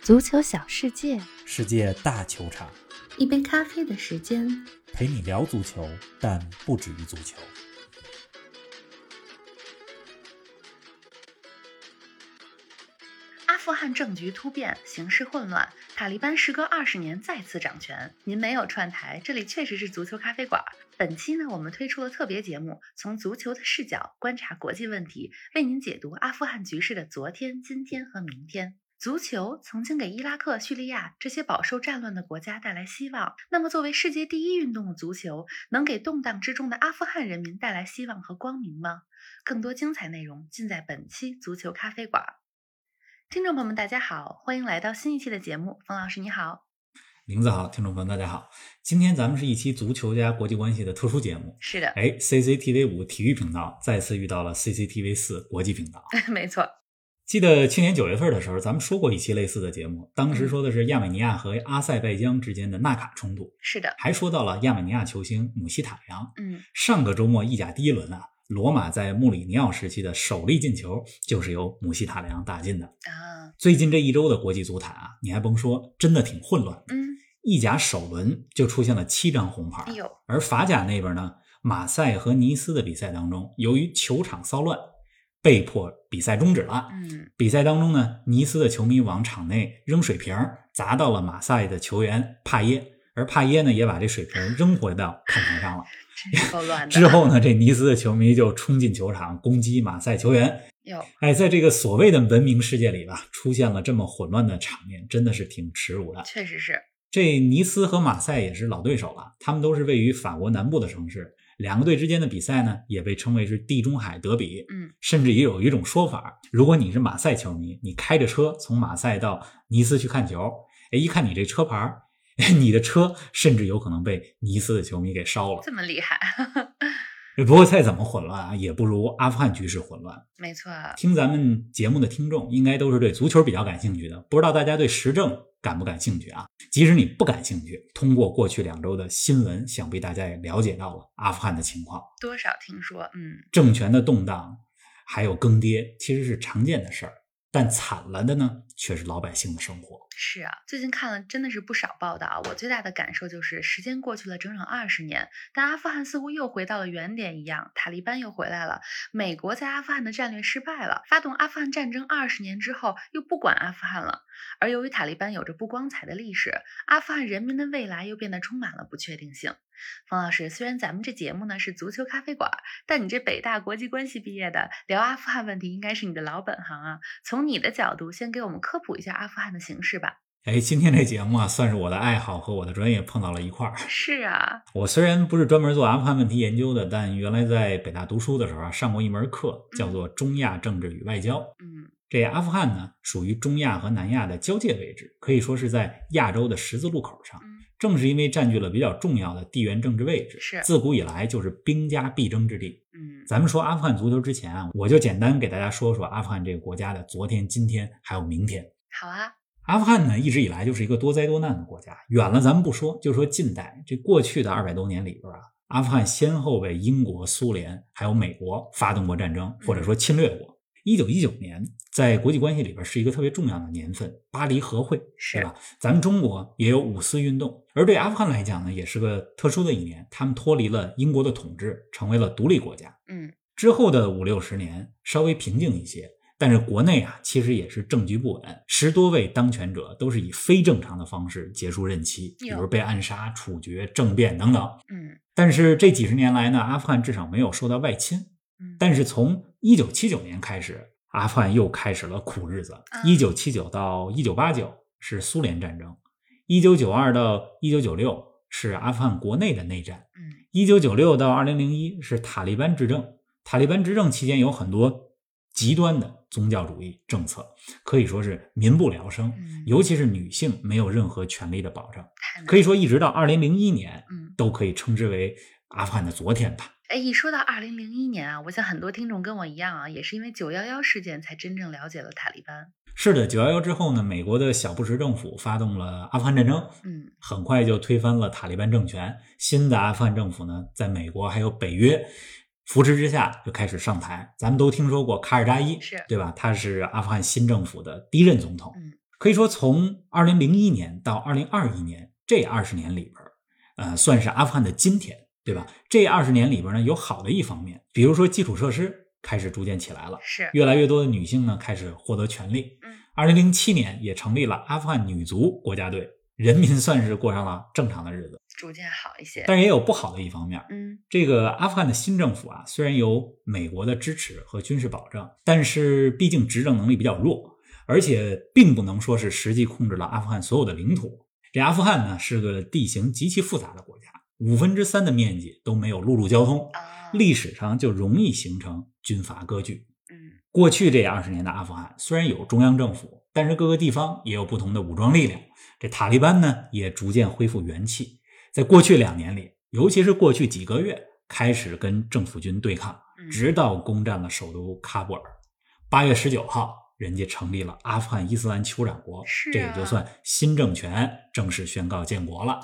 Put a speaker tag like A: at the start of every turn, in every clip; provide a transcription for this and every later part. A: 足球小世界，
B: 世界大球场，
A: 一杯咖啡的时间。
B: 陪你聊足球，但不止于足球。
A: 阿富汗政局突变，形势混乱，塔利班时隔二十年再次掌权。您没有串台，这里确实是足球咖啡馆。本期呢，我们推出了特别节目，从足球的视角观察国际问题，为您解读阿富汗局势的昨天、今天和明天。足球曾经给伊拉克、叙利亚这些饱受战乱的国家带来希望。那么，作为世界第一运动的足球，能给动荡之中的阿富汗人民带来希望和光明吗？更多精彩内容尽在本期足球咖啡馆。听众朋友们，大家好，欢迎来到新一期的节目。冯老师，你好。
B: 林子好，听众朋友大家好，今天咱们是一期足球加国际关系的特殊节目。
A: 是的，
B: 哎，CCTV 五体育频道再次遇到了 CCTV 四国际频道。
A: 没错。
B: 记得去年九月份的时候，咱们说过一期类似的节目，当时说的是亚美尼亚和阿塞拜疆之间的纳卡冲突，
A: 是的，
B: 还说到了亚美尼亚球星姆希塔扬。
A: 嗯，
B: 上个周末意甲第一轮啊，罗马在穆里尼奥时期的首粒进球就是由姆希塔扬打进的。
A: 啊，
B: 最近这一周的国际足坛啊，你还甭说，真的挺混乱的。
A: 嗯，
B: 意甲首轮就出现了七张红牌
A: 哎，呦，
B: 而法甲那边呢，马赛和尼斯的比赛当中，由于球场骚乱，被迫比赛终止了。
A: 嗯，
B: 比赛当中呢，尼斯的球迷往场内扔水瓶儿，砸到了马赛的球员帕耶，而帕耶呢也把这水瓶扔回到看台上了。
A: 真 是够乱的。
B: 之后呢，这尼斯的球迷就冲进球场攻击马赛球员。
A: 哟，
B: 哎，在这个所谓的文明世界里吧，出现了这么混乱的场面，真的是挺耻辱的。
A: 确实是，
B: 这尼斯和马赛也是老对手了，他们都是位于法国南部的城市。两个队之间的比赛呢，也被称为是地中海德比。
A: 嗯，
B: 甚至也有一种说法，如果你是马赛球迷，你开着车从马赛到尼斯去看球，哎，一看你这车牌儿， 你的车甚至有可能被尼斯的球迷给烧了。
A: 这么厉害，
B: 不过再怎么混乱啊，也不如阿富汗局势混乱。
A: 没错。
B: 听咱们节目的听众应该都是对足球比较感兴趣的，不知道大家对时政感不感兴趣啊？即使你不感兴趣，通过过去两周的新闻，想必大家也了解到了阿富汗的情况，
A: 多少听说，嗯，
B: 政权的动荡，还有更迭，其实是常见的事儿。但惨了的呢，却是老百姓的生活。
A: 是啊，最近看了真的是不少报道。我最大的感受就是，时间过去了整整二十年，但阿富汗似乎又回到了原点一样，塔利班又回来了，美国在阿富汗的战略失败了，发动阿富汗战争二十年之后又不管阿富汗了。而由于塔利班有着不光彩的历史，阿富汗人民的未来又变得充满了不确定性。冯老师，虽然咱们这节目呢是足球咖啡馆，但你这北大国际关系毕业的，聊阿富汗问题应该是你的老本行啊。从你的角度，先给我们科普一下阿富汗的形势吧。
B: 哎，今天这节目啊，算是我的爱好和我的专业碰到了一块儿。
A: 是啊，
B: 我虽然不是专门做阿富汗问题研究的，但原来在北大读书的时候啊，上过一门课，叫做《中亚政治与外交》。
A: 嗯，
B: 这阿富汗呢，属于中亚和南亚的交界位置，可以说是在亚洲的十字路口上。
A: 嗯
B: 正是因为占据了比较重要的地缘政治位置，
A: 是
B: 自古以来就是兵家必争之地。
A: 嗯，
B: 咱们说阿富汗足球之前啊，我就简单给大家说说阿富汗这个国家的昨天、今天还有明天。
A: 好啊，
B: 阿富汗呢，一直以来就是一个多灾多难的国家。远了咱们不说，就说近代这过去的二百多年里边啊，阿富汗先后被英国、苏联还有美国发动过战争，或者说侵略过。一九一九年在国际关系里边是一个特别重要的年份，巴黎和会，
A: 是
B: 对吧？咱们中国也有五四运动，而对阿富汗来讲呢，也是个特殊的一年，他们脱离了英国的统治，成为了独立国家。
A: 嗯，
B: 之后的五六十年稍微平静一些，但是国内啊，其实也是政局不稳，十多位当权者都是以非正常的方式结束任期，比
A: 哟
B: 如被暗杀、处决、政变等等。
A: 嗯，
B: 但是这几十年来呢，阿富汗至少没有受到外侵。
A: 嗯，
B: 但是从一九七九年开始，阿富汗又开始了苦日子。
A: 啊
B: 一九七九到一九八九是苏联战争，一九九二到一九九六是阿富汗国内的内战。
A: 嗯，
B: 一九九六到二零零一是塔利班执政，塔利班执政期间有很多极端的宗教主义政策，可以说是民不聊生，
A: 嗯
B: 尤其是女性没有任何权利的保障，
A: 太难
B: 可以说一直到二零零一年
A: 嗯，
B: 都可以称之为阿富汗的昨天吧。
A: 哎，一说到二零零一年啊，我想很多听众跟我一样啊，也是因为九幺幺事件才真正了解了塔利班。
B: 是的，九幺幺之后呢，美国的小布什政府发动了阿富汗战争，
A: 嗯，
B: 很快就推翻了塔利班政权。新的阿富汗政府呢，在美国还有北约扶持之下，就开始上台。咱们都听说过卡尔扎伊，
A: 是
B: 对吧？他是阿富汗新政府的第一任总统。
A: 嗯
B: 可以说，从二零零一年到二零二一年这二十年里边儿，呃，算是阿富汗的今天，对吧？这二十年里边呢，有好的一方面，比如说基础设施开始逐渐起来了，
A: 是，
B: 越来越多的女性呢开始获得权利。
A: 嗯，
B: 二零零七年也成立了阿富汗女足国家队，人民算是过上了正常的日子。
A: 逐渐好一些。
B: 但是也有不好的一方面，
A: 嗯，
B: 这个阿富汗的新政府啊，虽然有美国的支持和军事保障，但是毕竟执政能力比较弱，而且并不能说是实际控制了阿富汗所有的领土。这阿富汗呢是个地形极其复杂的国家，五分之三的面积都没有陆路交通，
A: 啊，
B: 历史上就容易形成军阀割据。
A: 嗯，
B: 过去这二十年的阿富汗虽然有中央政府，但是各个地方也有不同的武装力量。这塔利班呢，也逐渐恢复元气。在过去两年里，尤其是过去几个月，开始跟政府军对抗，
A: 嗯
B: 直到攻占了首都喀布尔。八月十九号，人家成立了阿富汗伊斯兰酋长国，
A: 是啊
B: 这也就算新政权正式宣告建国了。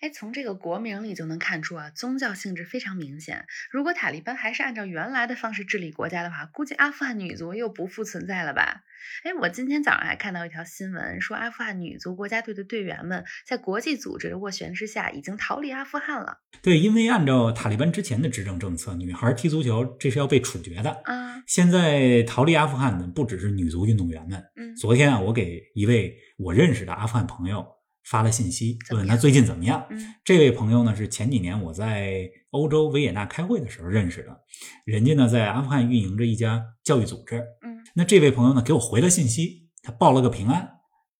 A: 哎，从这个国名里就能看出啊，宗教性质非常明显。如果塔利班还是按照原来的方式治理国家的话，估计阿富汗女足又不复存在了吧？哎，我今天早上还看到一条新闻，说阿富汗女足国家队的队员们在国际组织的斡旋之下，已经逃离阿富汗了。
B: 对，因为按照塔利班之前的执政政策，女孩踢足球这是要被处决的。
A: 啊，
B: 现在逃离阿富汗的不只是女足运动员们，
A: 嗯，
B: 昨天啊，我给一位我认识的阿富汗朋友发了信息，
A: 怎么
B: 问
A: 样
B: 他最近怎么样。
A: 嗯，
B: 这位朋友呢是前几年我在欧洲维也纳开会的时候认识的，人家呢在阿富汗运营着一家教育组织。
A: 嗯，
B: 那这位朋友呢给我回了信息，他报了个平安，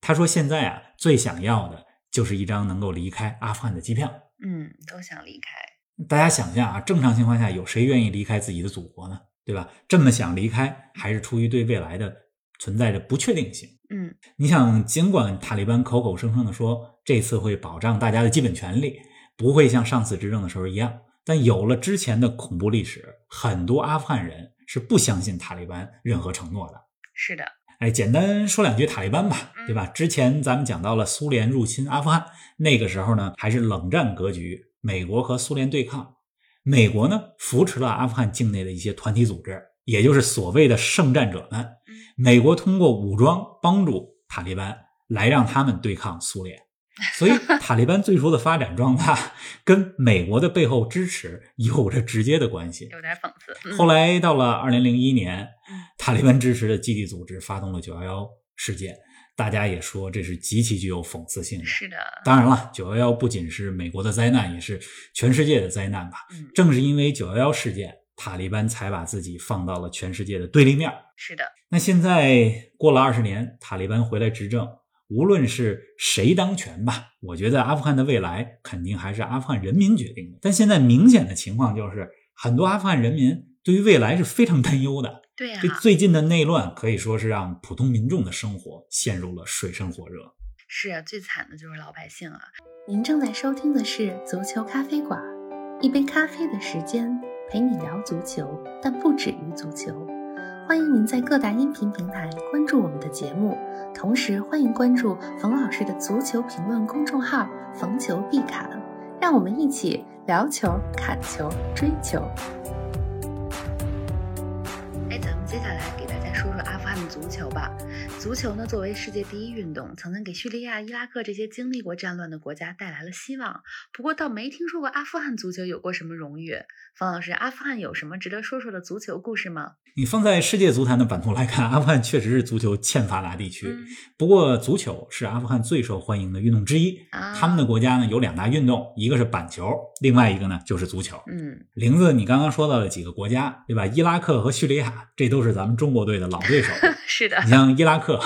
B: 他说现在啊最想要的就是一张能够离开阿富汗的机票。
A: 嗯，都想离开。
B: 大家想象啊，正常情况下有谁愿意离开自己的祖国呢？对吧？这么想离开，还是出于对未来的存在着不确定性。
A: 嗯，
B: 你想，尽管塔利班口口声声的说这次会保障大家的基本权利，不会像上次执政的时候一样，但有了之前的恐怖历史，很多阿富汗人是不相信塔利班任何承诺的。
A: 是的，
B: 哎，简单说两句塔利班吧
A: 嗯，
B: 对吧？之前咱们讲到了苏联入侵阿富汗，那个时候呢还是冷战格局，美国和苏联对抗。美国呢扶持了阿富汗境内的一些团体组织，也就是所谓的圣战者们。
A: 嗯，
B: 美国通过武装帮助塔利班来让他们对抗苏联， 所以塔利班最初的发展壮大跟美国的背后支持有着直接的关系。
A: 有点讽刺。嗯
B: 后来到了二零零一年
A: 嗯，
B: 塔利班支持的基地组织发动了九幺幺事件，大家也说这是极其具有讽刺性的。
A: 是的，
B: 当然了，九幺幺不仅是美国的灾难，也是全世界的灾难吧。
A: 嗯，
B: 正是因为九幺幺事件，塔利班才把自己放到了全世界的对立面。
A: 是的，
B: 那现在过了二十年，塔利班回来执政，无论是谁当权吧，我觉得阿富汗的未来肯定还是阿富汗人民决定的。但现在明显的情况就是，很多阿富汗人民对于未来是非常担忧的。
A: 对啊呀、
B: 这最近的内乱可以说是让普通民众的生活陷入了水深火热。
A: 是啊，最惨的就是老百姓啊。您正在收听的是《足球咖啡馆》，一杯咖啡的时间陪你聊足球，但不止于足球。欢迎您在各大音频平台关注我们的节目，同时欢迎关注冯老师的足球评论公众号“冯球必侃”，让我们一起聊球、砍球、追球。哎，咱们接下来给大家说说阿富汗的足球吧。足球呢，作为世界第一运动，曾经给叙利亚、伊拉克这些经历过战乱的国家带来了希望。不过，倒没听说过阿富汗足球有过什么荣誉。方老师，阿富汗有什么值得说说的足球故事吗？
B: 你放在世界足坛的版图来看，阿富汗确实是足球欠发达地区。
A: 嗯
B: 不过，足球是阿富汗最受欢迎的运动之一。
A: 啊，
B: 他们的国家呢有两大运动，一个是板球，另外一个呢就是足球。
A: 嗯，
B: 玲子，你刚刚说到了几个国家，对吧？伊拉克和叙利亚，这都是咱们中国队的老对手。
A: 是的
B: 你，像伊拉克，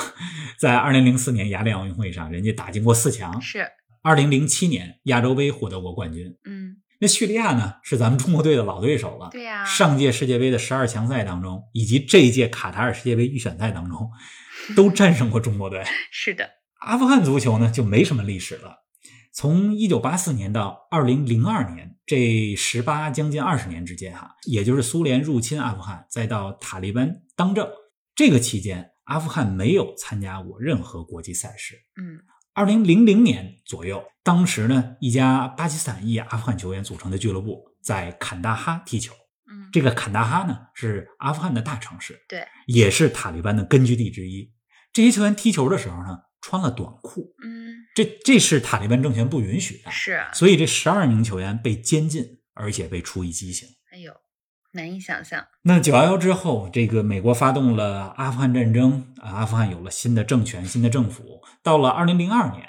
B: 在2004年雅典奥运会上，人家打进过四强
A: 是，
B: ；2007年亚洲杯获得过冠军。
A: 嗯，
B: 那叙利亚呢，是咱们中国队的老对手了。
A: 对啊呀、
B: 上届世界杯的十二强赛当中，以及这一届卡塔尔世界杯预选赛当中，都战胜过中国队。
A: 是的，
B: 阿富汗足球呢就没什么历史了。从一九八四年到二零零二年这十八将近二十年之间，哈，也就是苏联入侵阿富汗，再到塔利班当政这个期间，阿富汗没有参加过任何国际赛事。
A: 嗯，
B: 二零零零年左右，当时呢，一家巴基斯坦裔阿富汗球员组成的俱乐部在坎大哈踢球。
A: 嗯，
B: 这个坎大哈呢是阿富汗的大城市，
A: 对，
B: 也是塔利班的根据地之一。这些球员踢球的时候呢，穿了短裤，
A: 嗯，
B: 这这是塔利班政权不允许的，
A: 是，啊
B: 所以这十二名球员被监禁，而且被处以极刑。
A: 哎呦，难以想象，
B: 那九幺幺之后，这个美国发动了阿富汗战争，啊，阿富汗有了新的政权、新的政府。到了二零零二年，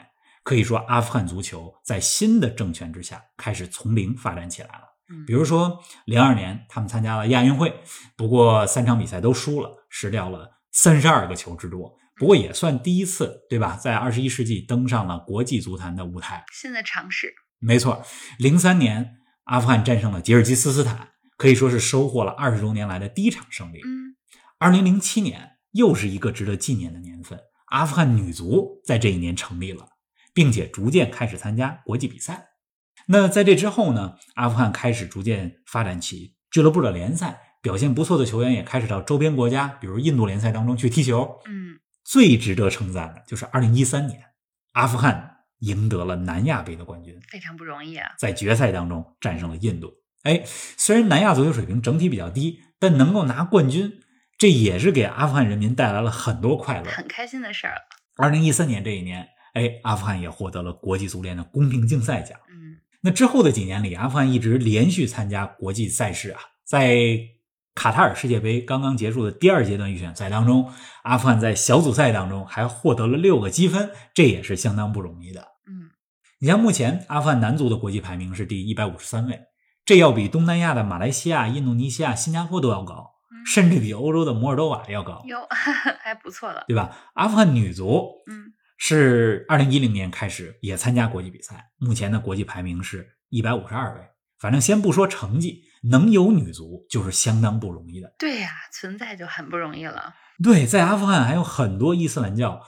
B: 可以说阿富汗足球在新的政权之下开始从零发展起来了。
A: 嗯，
B: 比如说，零二年他们参加了亚运会，不过三场比赛都输了，失掉了三十二个球之多。不过也算第一次，对吧？在二十一世纪登上了国际足坛的舞台。
A: 新的尝试，
B: 没错，零三年阿富汗战胜了吉尔吉斯斯坦，可以说是收获了二十多年来的第一场胜利。
A: 嗯，
B: 二零零七年又是一个值得纪念的年份，阿富汗女足在这一年成立了，并且逐渐开始参加国际比赛。那在这之后呢，阿富汗开始逐渐发展起俱乐部的联赛，表现不错的球员也开始到周边国家，比如印度联赛当中去踢球。
A: 嗯，
B: 最值得称赞的就是二零一三年，阿富汗赢得了南亚杯的冠军。
A: 非常不容易啊，
B: 在决赛当中战胜了印度。哎，虽然南亚足球水平整体比较低，但能够拿冠军，这也是给阿富汗人民带来了很多快乐。
A: 很开心的事儿了，
B: 二零一三年这一年，哎，阿富汗也获得了国际足联的公平竞赛奖。
A: 嗯，
B: 那之后的几年里，阿富汗一直连续参加国际赛事啊，在卡塔尔世界杯刚刚结束的第二阶段预选赛当中，阿富汗在小组赛当中还获得了六个积分，这也是相当不容易的。
A: 嗯，
B: 你像目前阿富汗男足的国际排名是第一百五十三位，这要比东南亚的马来西亚、印度尼西亚、新加坡都要高，
A: 嗯
B: 甚至比欧洲的摩尔多瓦要高，
A: 哟， 还不错了，
B: 对吧？阿富汗女足
A: 嗯，
B: 是二零一零年开始也参加国际比赛，目前的国际排名是一百五十二位。反正先不说成绩，能有女足就是相当不容易的。
A: 对呀、存在就很不容易了，
B: 对，在阿富汗还有很多伊斯兰教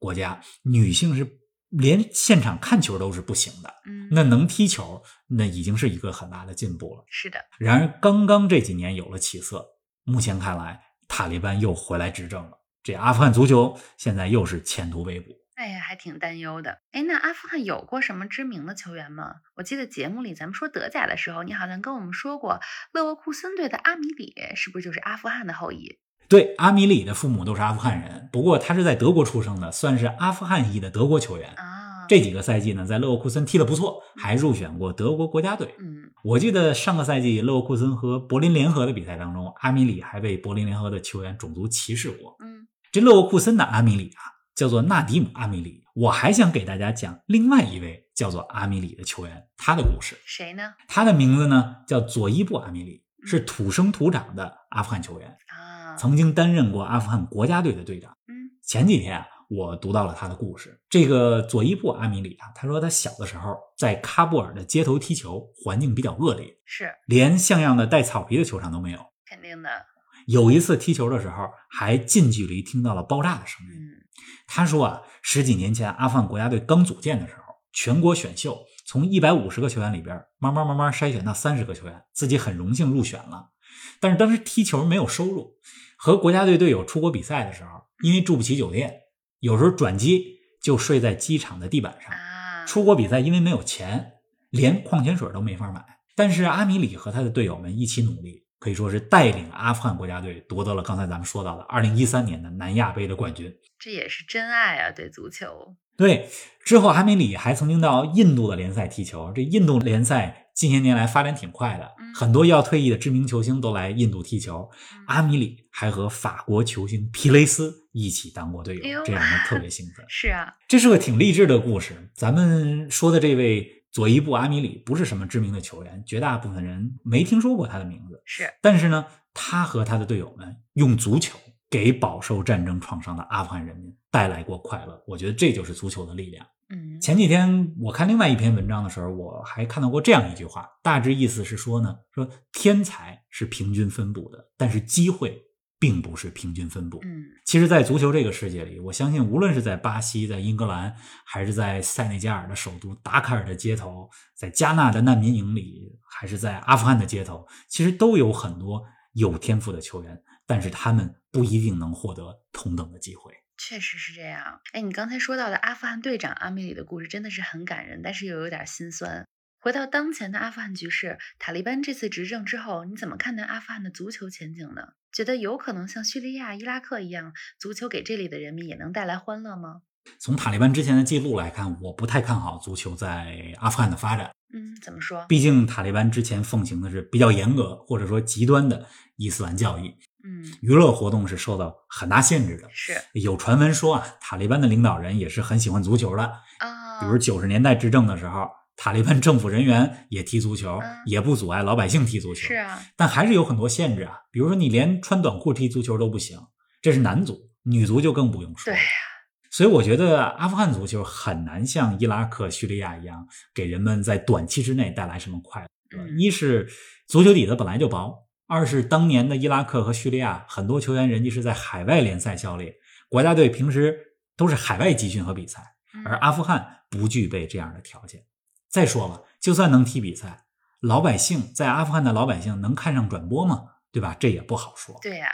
B: 国家，女性是连现场看球都是不行的。
A: 嗯，
B: 那能踢球，那已经是一个很大的进步了。
A: 是的，
B: 然而，刚刚这几年有了起色，目前看来，塔利班又回来执政了。这阿富汗足球现在又是前途未卜。
A: 哎呀，还挺担忧的。哎，那阿富汗有过什么知名的球员吗？我记得节目里咱们说德甲的时候，你好像跟我们说过，勒沃库森队的阿米里是不是就是阿富汗的后裔？
B: 对，阿米里的父母都是阿富汗人，不过他是在德国出生的，算是阿富汗裔的德国球员。
A: 啊，
B: 这几个赛季呢，在勒沃库森踢得不错，还入选过德国国家队。
A: 嗯，
B: 我记得上个赛季勒沃库森和柏林联合的比赛当中，阿米里还被柏林联合的球员种族歧视过。
A: 嗯
B: 这勒沃库森的阿米里啊，叫做纳迪姆·阿米里。我还想给大家讲另外一位叫做阿米里的球员，他的故事。
A: 谁呢？
B: 他的名字呢叫佐伊布·阿米里，是土生土长的阿富汗球员，
A: 啊，
B: 曾经担任过阿富汗国家队的队长。
A: 嗯
B: 前几天啊，我读到了他的故事。这个佐伊布·阿米里啊，他说他小的时候在喀布尔的街头踢球，环境比较恶劣，
A: 是
B: 连像样的带草皮的球场都没有。
A: 肯定的，
B: 有一次踢球的时候，还近距离听到了爆炸的声音。
A: 嗯
B: 他说啊，十几年前阿富汗国家队刚组建的时候，全国选秀从一百五十个球员里边，慢慢慢慢筛选到三十个球员，自己很荣幸入选了。但是当时踢球没有收入，和国家队队友出国比赛的时候，因为住不起酒店，有时候转机就睡在机场的地板上。
A: 啊，
B: 出国比赛因为没有钱，连矿泉水都没法买。但是阿米里和他的队友们一起努力，可以说是带领阿富汗国家队夺得了刚才咱们说到的2013年的南亚杯的冠军。
A: 这也是真爱啊，对足球，
B: 对，之后阿米里还曾经到印度的联赛踢球。这印度联赛近些年来发展挺快的
A: 嗯，
B: 很多要退役的知名球星都来印度踢球。
A: 嗯
B: 阿米里还和法国球星皮雷斯一起当过队
A: 哎呦
B: 友，这让人特别兴 奋。
A: 是啊，
B: 这是个挺励志的故事。咱们说的这位佐伊布·阿米里不是什么知名的球员，绝大部分人没听说过他的名字。
A: 是
B: 但是呢，他和他的队友们用足球给饱受战争创伤的阿富汗人民带来过快乐。我觉得这就是足球的力量。
A: 嗯
B: 前几天我看另外一篇文章的时候，我还看到过这样一句话，大致意思是说呢，说天才是平均分布的，但是机会并不是平均分布。
A: 嗯
B: 其实，在足球这个世界里，我相信，无论是在巴西、在英格兰，还是在塞内加尔的首都达喀尔的街头，在加纳的难民营里，还是在阿富汗的街头，其实都有很多有天赋的球员，但是他们不一定能获得同等的机会。
A: 确实是这样。哎，你刚才说到的阿富汗队长阿米里的故事真的是很感人，但是又有点心酸。回到当前的阿富汗局势，塔利班这次执政之后，你怎么看待阿富汗的足球前景呢？觉得有可能像叙利亚、伊拉克一样，足球给这里的人民也能带来欢乐吗？
B: 从塔利班之前的记录来看，我不太看好足球在阿富汗的发展。
A: 嗯，怎么说？
B: 毕竟塔利班之前奉行的是比较严格或者说极端的伊斯兰教义，
A: 嗯，
B: 娱乐活动是受到很大限制的。
A: 是
B: 有传闻说啊，塔利班的领导人也是很喜欢足球的，
A: 啊，
B: 比如九十年代执政的时候，塔利班政府人员也踢足球
A: 嗯，
B: 也不阻碍老百姓踢足球。
A: 是啊，
B: 但还是有很多限制啊，比如说你连穿短裤踢足球都不行，这是男足，女足就更不用说。
A: 对
B: 了。所以我觉得阿富汗足球很难像伊拉克、叙利亚一样给人们在短期之内带来什么快乐。
A: 嗯
B: 一是足球底子本来就薄，二是当年的伊拉克和叙利亚很多球员人家是在海外联赛效力，国家队平时都是海外集训和比赛，
A: 嗯
B: 而阿富汗不具备这样的条件。再说了，就算能踢比赛，老百姓在阿富汗的老百姓能看上转播吗？对吧？这也不好说。
A: 对呀、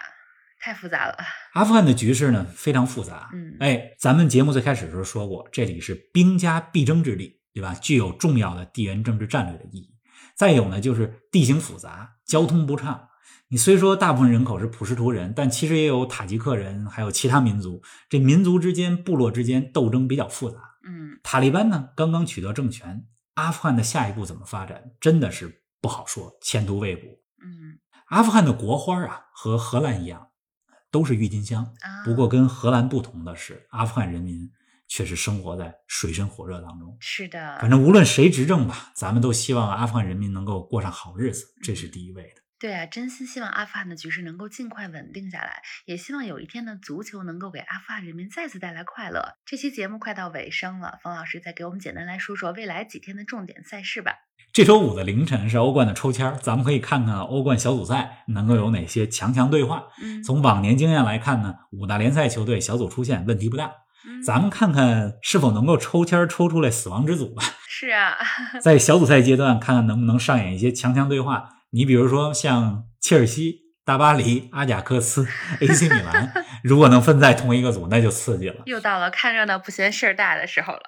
A: 太复杂了。
B: 阿富汗的局势呢非常复杂。
A: 嗯
B: 哎，咱们节目最开始的时候说过，这里是兵家必争之地，对吧？具有重要的地缘政治战略的意义。再有呢，就是地形复杂，交通不畅。你虽说大部分人口是普什图人，但其实也有塔吉克人，还有其他民族。这民族之间、部落之间斗争比较复杂。
A: 嗯
B: 塔利班呢刚刚取得政权，阿富汗的下一步怎么发展，真的是不好说，前途未卜。
A: 嗯
B: 阿富汗的国花啊，和荷兰一样，都是郁金香。
A: 啊，
B: 不过跟荷兰不同的是，阿富汗人民却是生活在水深火热当中。
A: 是的，
B: 反正无论谁执政吧，咱们都希望阿富汗人民能够过上好日子，这是第一位的。
A: 对啊，真心希望阿富汗的局势能够尽快稳定下来，也希望有一天呢，足球能够给阿富汗人民再次带来快乐。这期节目快到尾声了，冯老师再给我们简单来说说未来几天的重点赛事吧。
B: 这周五的凌晨是欧冠的抽签儿，咱们可以看看欧冠小组赛能够有哪些强强对话。
A: 嗯，
B: 从往年经验来看呢，五大联赛球队小组出线问题不大。
A: 嗯
B: 咱们看看是否能够抽签儿抽出来死亡之组吧，
A: 是啊，
B: 在小组赛阶段看看能不能上演一些强强对话。你比如说像切尔西、大巴黎、阿贾克斯、AC 米兰，如果能分在同一个组，那就刺激了。
A: 又到了看热闹不嫌事儿大的时候了。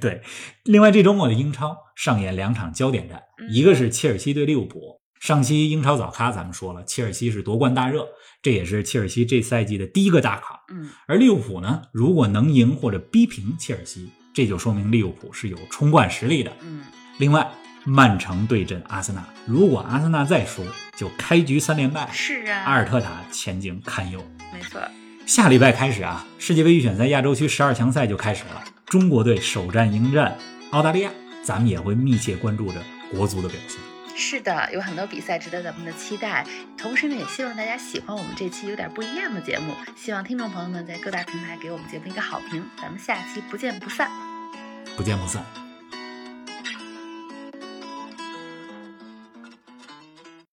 B: 对，另外这周末的英超上演两场焦点战，
A: 嗯
B: 一个是切尔西对利物浦。上期英超早咖咱们说了，切尔西是夺冠大热，这也是切尔西这赛季的第一个大考。
A: 嗯
B: 而利物浦呢，如果能赢或者逼平切尔西，这就说明利物浦是有冲冠实力的。
A: 嗯，
B: 另外，曼城对阵阿森纳，如果阿森纳再输，就开局三连败，
A: 是
B: 阿
A: 啊，
B: 尔特塔前景堪忧。
A: 没错儿。
B: 下礼拜开始啊，世界杯预选赛亚洲区十二强赛就开始了，中国队首战迎战澳大利亚，咱们也会密切关注着国足的表现。
A: 是的，有很多比赛值得咱们的期待。同时呢，也希望大家喜欢我们这期有点不一样的节目。希望听众朋友们在各大平台给我们节目一个好评。咱们下期不见不散。
B: 不见不散。